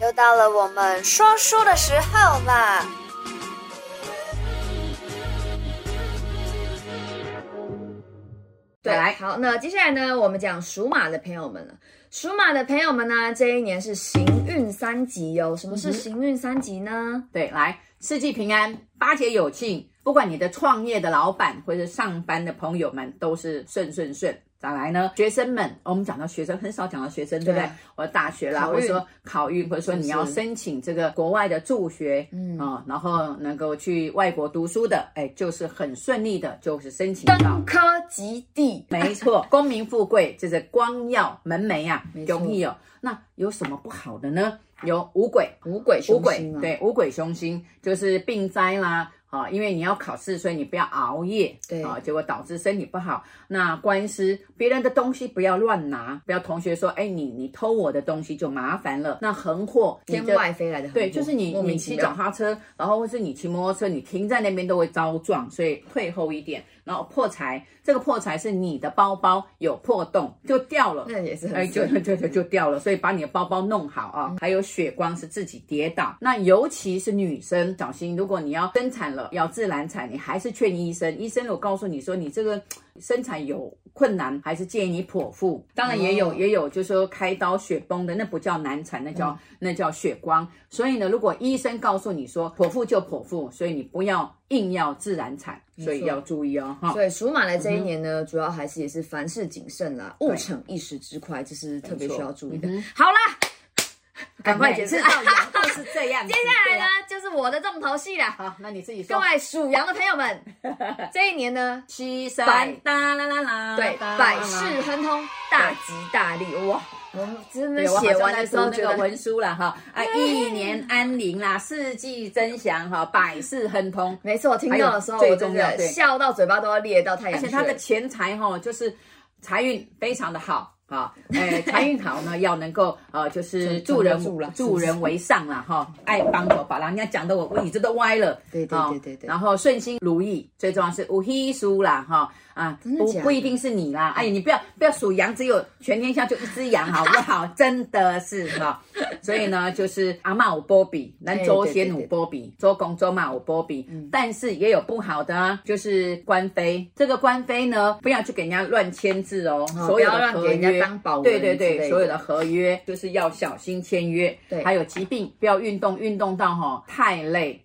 又到了我们说书的时候啦！对，对来，好，那接下来呢，我们讲属马的朋友们了。属马的朋友们呢，这一年是行运三级哟、什么是嗯行运三级呢？对，来，四季平安，八节有庆。不管你的创业的老板或者是上班的朋友们，都是顺顺顺。再来呢，学生们，哦我们讲到学生，很少讲到学生，对不对啊对？我大学啦，考运或者说考运，或者说你要是申请这个国外的助学，嗯嗯啊、然后能够去外国读书的，哎，就是很顺利的，就是申请到。科及第， 没错，功名富贵，这是光耀门楣呀、没错容易哦。那有什么不好的呢？有五鬼，五鬼五雄鬼心啊嘛，对五鬼凶星就是病灾啦，啊，因为你要考试，所以你不要熬夜，对啊，结果导致身体不好。那官司，别人的东西不要乱拿，不要同学说，哎，你你偷我的东西就麻烦了。那横祸，你天的外飞来的横祸，对，就是你莫你名骑其脚妙。踏车，然后或是你骑摩托车，你停在那边都会遭撞，所以退后一点。然后破财，这个破财是你的包包有破洞就掉了，那也是嗯哎，很就 准，就就就掉了，所以把你的包包弄好啊。还有血光是自己跌倒，那尤其是女生，小心，如果你要生产了，要自然产，你还是劝医生。医生我告诉你说，你这个生产有困难，还是建议你剖腹。当然也有、哦也有，就是说开刀血崩的，那不叫难产，那嗯叫、那叫血光。所以呢，如果医生告诉你说剖腹就剖腹，所以你不要硬要自然产，所没以错要注意哦，哈。所以属马的这一年呢，主要还是也是凡事谨慎嗯啦，勿逞一时之快，这是特别需要注意的。好啦，赶快解释。接知道羊都是这 样子。接下来呢，就是我的重头戏啦，好，那你自己各说。位属羊的朋友 们，这一年呢，七三百哒啦啦啦，对，哒啦啦百事。亨通，大吉大利，哇！我真的对，我好写像完在的时读候那觉个得，文书了哈啊，一年安宁啦，四季增祥哈，百事亨通。没错，听到的时候还有我最真重要的对笑到嘴巴都要裂到太而阳且穴他的了。钱财哈、就是财运非常的好啊， 哎，财运好呢，要能够呃，就是怎助么人助啦助人为上啦哈、爱帮手把人家讲的我我你这都歪了，对对啊对对对然后顺心如意，最重要是无稀疏啦哈啊，真的不假的哦不一定是你啦，哎呀，你不要不要数羊，只有全天下就一只羊好不 好？真的是哈、所以呢，就是阿妈有波比，咱周先有波比，周公周妈有波比，嗯但是也有不好的啊，就是官非。这个官非呢，不要去给人家乱签字哦，哦所有不要的乱合给人家约当保对文对之类对，的所有的合约就是要小心签约。对还有疾病，不要运动，运动到哈、太累。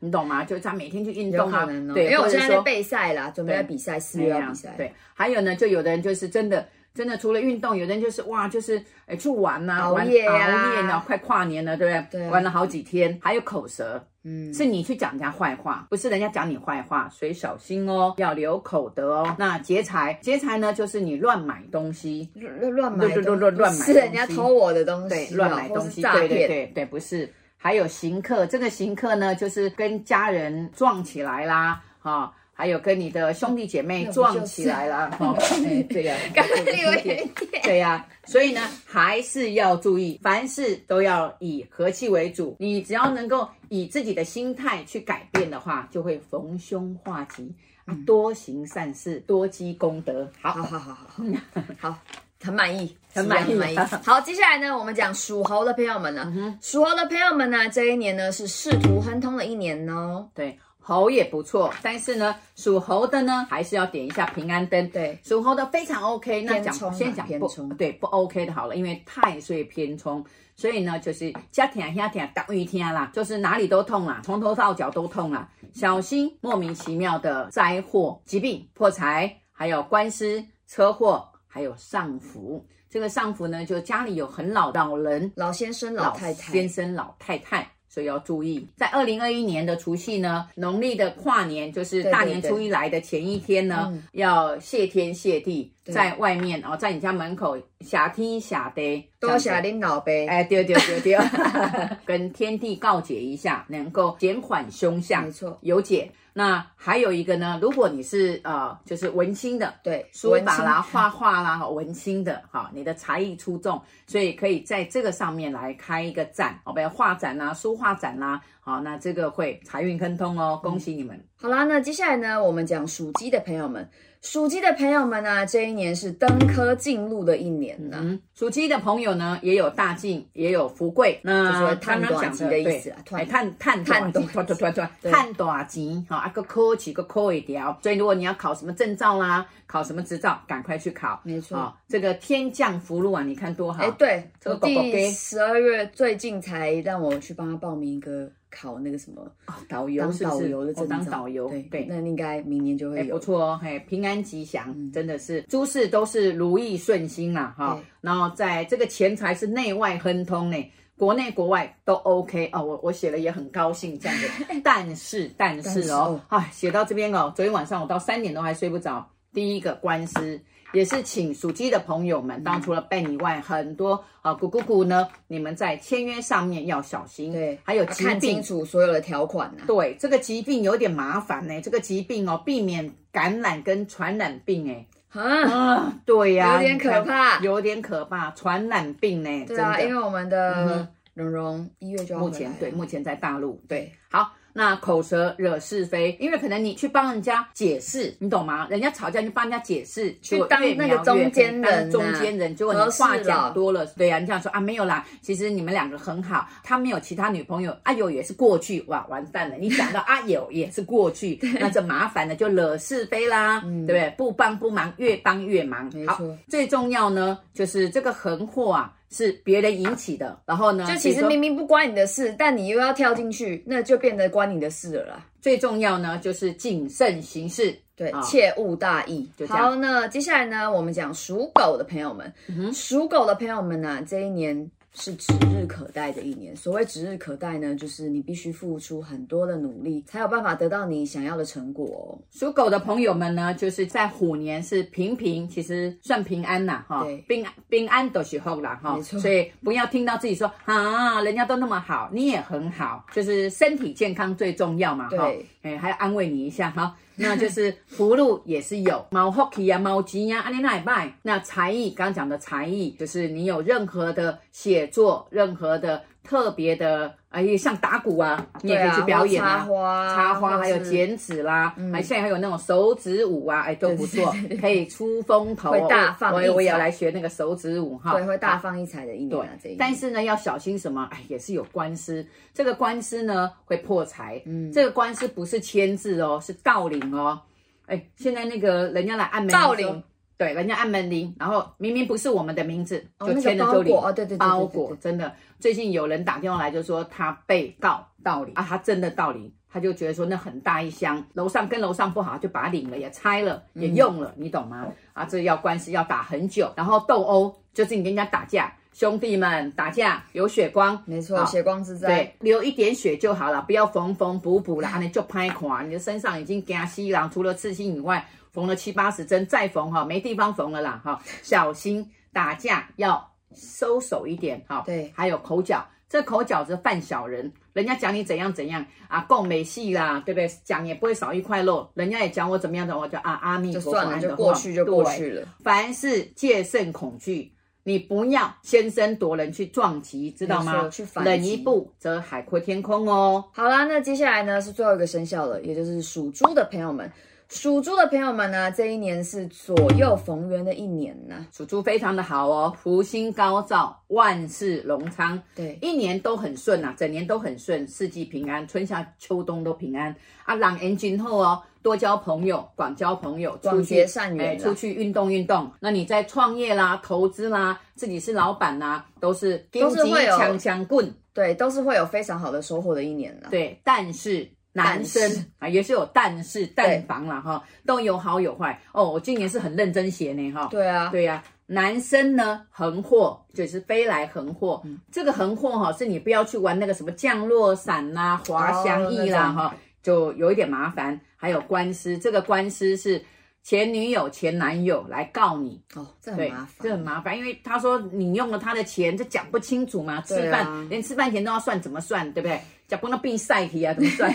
你懂吗？就是他每天去运有动可啊能，哦，对，因为我或者现在在说备赛啦，准备要比赛，四月要比赛。对，还有呢，就有的人就是真的。真的，除了运动，有的人就是哇，就是哎去玩呐、熬玩夜啊熬夜呢，快跨年了，对不对？对啊玩了好几天，还有口舌，嗯，是你去讲人家坏话，不是人家讲你坏话，所以小心哦，要留口德哦。那劫财，劫财呢，就是你乱买东西，乱乱买东西，乱乱乱乱买是人家东西偷我的东西对啊，，乱买东或是西，诈对对骗。对对，不是。还有行客，这个行客呢，就是跟家人撞起来啦，哈、还有跟你的兄弟姐妹那不就是撞起 来啦，哈、哎对呀、刚对不刚起以为对呀、所以呢，还是要注意，凡事都要以和气为主。你只要能够以自己的心态去改变的话，就会逢凶化吉。啊嗯多行善事，多积功德。好，好好好好好，好，很满意，很满意嗯很满意。好，接下来呢，我们讲属猴的朋友们了。属猴的朋友们呢，这一年呢是仕途亨通的一年哦。对，猴也不错，但是呢，属猴的呢，还是要点一下平安灯。对，属猴的非常 OK，那偏讲冲啊先讲偏不冲对不 OK 的好了，因为太岁偏冲，所以呢就是家听啊家听啊，当一听啦，就是哪里都痛啦，从头到脚都痛啦，小心莫名其妙的灾祸、疾病、破财，还有官司、车祸，还有丧服。这个丧服呢，就家里有很老老人，老先生、老老太太，先生、老太太，所以要注意。在二零二一年的除夕呢，农历的跨年就是对大对年对初一来的前一天呢，嗯要谢天谢地，对在外面哦，在你家门口下天下地，多这样谢子。领导呗。哎，对对对对， 跟天地告解一下，能够减缓凶相。没错，有解。那还有一个呢，如果你是呃，就是文青的，对，书文法青啦、画画啦、文青的哈，你的才艺出众，所以可以在这个上面来开一个展，哦，比如画展啦、书画展啦，好，那这个会财运亨通哦，恭喜你们。好啦，那接下来呢，我们讲属鸡的朋友们，属鸡的朋友们呢、啊这一年是登科进禄的一年呢、嗯，属鸡的朋友呢，也有大进，也有富贵。就是那探嗯刚刚短讲期的意思对啊哎探探探探短短期，对对对对对，探短期，好啊个科几个科一条。所以如果你要考什么证照啦，考什么执照，赶快去考。没错好这个天降福禄啊，你看多好。哎，对，这我个狗狗弟给十二月最近才让我去帮他报名一个考那个什么 导游当是不导是游的证哦照，当导游，对对，那应该明年就哎，会不有。嗯错哦，哎，平安吉祥，真的是诸事都是如意顺心啦，哈、对然后在这个钱财是内外亨通呢，国内国外都 OK 哦。我我写了也很高兴 这样子，但是但哎但是是哦哦，哎，写到这边哦，昨天晚上我到三点都还睡不着。第一个官司也是请属鸡的朋友嗯们，当然除了 Ben 以外，很多啊咕咕咕呢，你们在签约上面要小心，对，还有要疾看清病楚所有的条款啊呐、对，这个疾病有点麻烦呢、这个疾病哦，避免感染跟传染病哎、啊，啊， 对呀、有点可你看怕有点可怕，传染病呢、对啊，真因的。嗯为我们的蓉蓉一月就要目回来前了对，目前在大陆对对。好，那口舌惹是非，因为可能你去帮人家解释，你懂吗？人家吵架你去帮人家解释，结果当越那描个中越间黑当人中呐间人，结果合你适话讲了多了，对呀、你这样说啊，没有啦，其实你们两个很好，他没有其他女朋友，啊有也是过去，哇，完蛋了，你讲到啊有也是过去，那这 麻烦了，就惹是非啦，对不对？不帮不忙，越帮越忙嗯没。好错，最重要呢，就是这个横祸啊，是别人引起的，然后呢，就其比实如说明明不关你的事，但你又要跳进去，那就变得关你的事了啦。最重要呢，就是谨慎行事。对，啊切勿大意就。这样嗯好，那接下来呢，我们讲属狗的朋友们，属狗的朋友们呢、这一年是指日可待的一年。所谓指日可待呢，就是你必须付出很多的努力，才有办法得到你想要的成果、属狗的朋友们呢，就是在虎年是平平，其实算平安啦，哈对，平安平安的时候啦，哈，没错所以不要听到自己说啊，人家都那么好，你也很好，就是身体健康最重要嘛，对哈，哎，还要安慰你一下哈。 那就是福禄也是有，毛福气啊，毛吉呀，阿里奶拜。那才艺，刚刚讲的才艺，就是你有任何的写作，任何的特别的，哎，像打鼓啊，你对也可啊，以去表演或啊插，花、插花，还有或是嗯剪纸啦，还现在还有那种手指舞啊，哎，都不错，可以出风头。会大放我异也我也要彩来学那个手指舞哈。对，会大好。放异彩的一年对啊，这一，年。但是呢，要小心什么？哎，也是有官司，这个官司呢会破财。嗯，这个官司不是签字哦，是盗领哦。哎，现在那个人家来按门铃盗说领，对，人家按门铃，然后明明不是我们的名字，哦就那个签了包就领。裹哦对对对对包对裹对真的，最近有人打电话来就说他被告盗领啊，他真的盗领，他就觉得说那很大一箱，楼上跟楼上不好，就把它领了，也拆了，嗯也用了，你懂吗？啊，这要官司要打很久，然后斗殴就是你跟人家打架，兄弟们打架有血光，没错，好血光之灾。对，流一点血就好了，不要缝缝补补啦， 你就拍垮，你的身上已经给它吸了，除了刺青以外，缝了七八十针，再缝哈，没地方缝了啦哈，小心打架要收手一点哈。对还有口角，这口角是犯小人，人家讲你怎样怎样啊，共没戏啦，对不对？讲也不会少一块肉，人家也讲我怎么样的，我就啊阿弥就陀佛，算了，安就得过慌去就过对去了，凡事戒慎恐惧，你不要先声夺人去撞击，知道没吗错去？反击忍一步则海阔天空哦。好啦，那接下来呢是最后一个生肖了，也就是属猪的朋友们。属猪的朋友们呢，这一年是左右逢源的一年呢。属猪非常的好哦，福星高照，万事隆昌，对，一年都很顺啊，整年都很顺，四季平安，春夏秋冬都平安啊。朗年今后哦，多交朋友，广交朋友，广出去结善缘啊哎，啦出去运动运动。那你在创业啦、投资啦、自己是老板啦，都是都是会有强强棍。对，都是会有非常好的收获的一年呢。对，但是男生但是啊也是有但是但防啦哈，都有好有坏哦。我今年是很认真写呢哈。对啊，对呀、男生呢横祸就是飞来横祸，嗯这个横祸哈、是你不要去玩那个什么降落伞啦、滑翔翼啦哦哈、就有一点麻烦。还有官司，这个官司是前女友、前男友来告你，哦，这很对麻，这很烦。麻烦，因为他说你用了他的钱，这讲不清楚嘛，吃对啊 饭、连吃饭钱都要算，怎么算，对不对？讲不能必晒题啊，怎么算？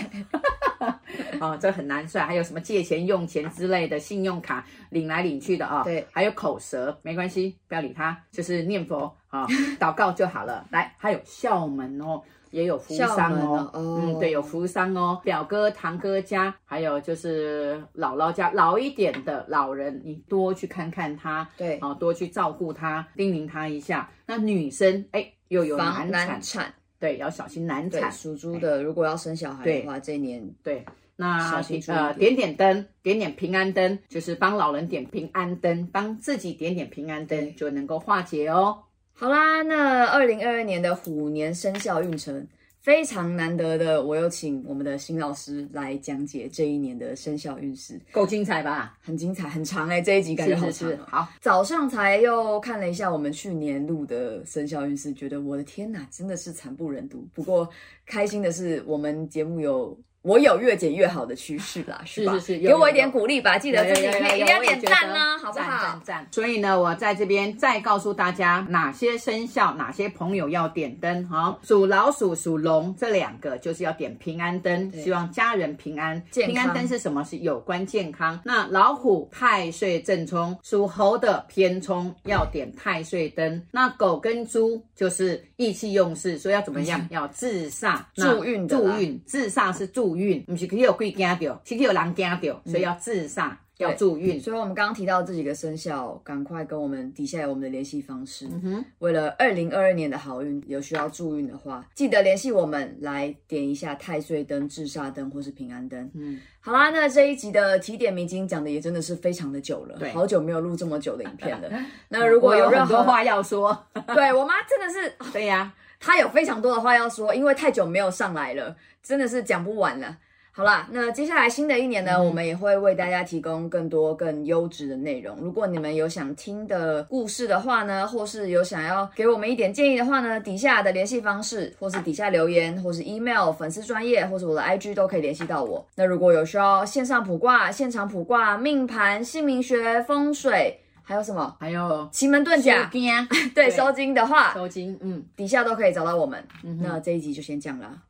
哦，这很难算。还有什么借钱、用钱之类的，信用卡领来领去的啊、哦。对还有口舌，没关系，不要理他，就是念佛啊、 哦祷告就好了。来，还有校门哦，也有扶校桑门哦哦。哦嗯，对，有扶桑哦，表哥、堂哥家，还有就是姥姥家，老一点的老人，你多去看看他，对，哦，多去照顾他，叮咛他一下。那女生，哎，又有防难难产，产，对，要小心难对，产。哎属猪的如果要生小孩的话，这一年对，那小心注意呃点点点灯，点点平安灯，就是帮老人点平安灯，帮自己点点平安对灯，就能够化解哦。好啦，那二零二二年的虎年生肖运程非常难得的，我有请我们的邢老师来讲解这一年的生肖运势，够精彩吧？很精彩，很长哎、这一集感觉是好是长、哦是，好，早上才又看了一下我们去年录的生肖运势，觉得我的天哪，真的是惨不忍睹。不过开心的是，我们节目有我有越剪越好的趋势啦，吧？ 是是有给我一有点有鼓励吧，记得这有里有有面一定有要我也点觉赞哦得呢，好不赞好赞？赞！所以呢，我在这边再告诉大家哪些生肖、哪些朋友要点灯。好，属老鼠、属龙这两个就是要点平安灯，对希望家人平安。健康平安灯是什么？是有关健康。那老虎太岁正冲，属猴的偏冲要点太岁灯。那狗跟猪就是意气用事，所以要怎么样？要自煞那助运的助啦运，自煞是助运，不是去有鬼惊到，是去有人惊到，所以要自煞。要对助运，所以，我们刚刚提到这几个生肖，赶快跟我们底下有我们的联系方式。嗯哼为了二零二二年的好运，有需要助运的话，记得联系我们来点一下太岁灯、至煞灯或是平安灯。嗯，好啦，那这一集的提点迷津讲的也真的是非常的久了对，好久没有录这么久的影 片了。那如果我有任很何多，话要说， 对我妈真的是，对呀、她有非常多的话要说，因为太久没有上来了，真的是讲不完了。好啦，那接下来新的一年嗯呢，我们也会为大家提供更多更优质的内容。如果你们有想听的故事的话呢，或是有想要给我们一点建议的话呢，底下的联系方式，或是底下留言，或是 email 粉丝专业，或是我的 IG 都可以联系到我。那如果有需要线上卜卦、现场卜卦、命盘、姓名学、风水，还有什么还有奇门遁甲，金 啊，对，对收金的话，收金，嗯，底下都可以找到我们。嗯哼那这一集就先这样啦，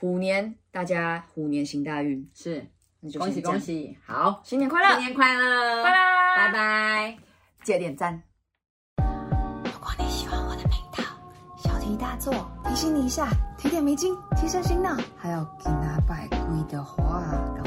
虎年大家虎年行大运，是，那就恭喜先这样恭，喜，好，新年快新乐，年快乐，拜拜，拜，拜。记得点赞。如果你喜欢我的频道，小题大做提醒你一下，提点迷津，提神醒脑。还有给他拜跪的话，赶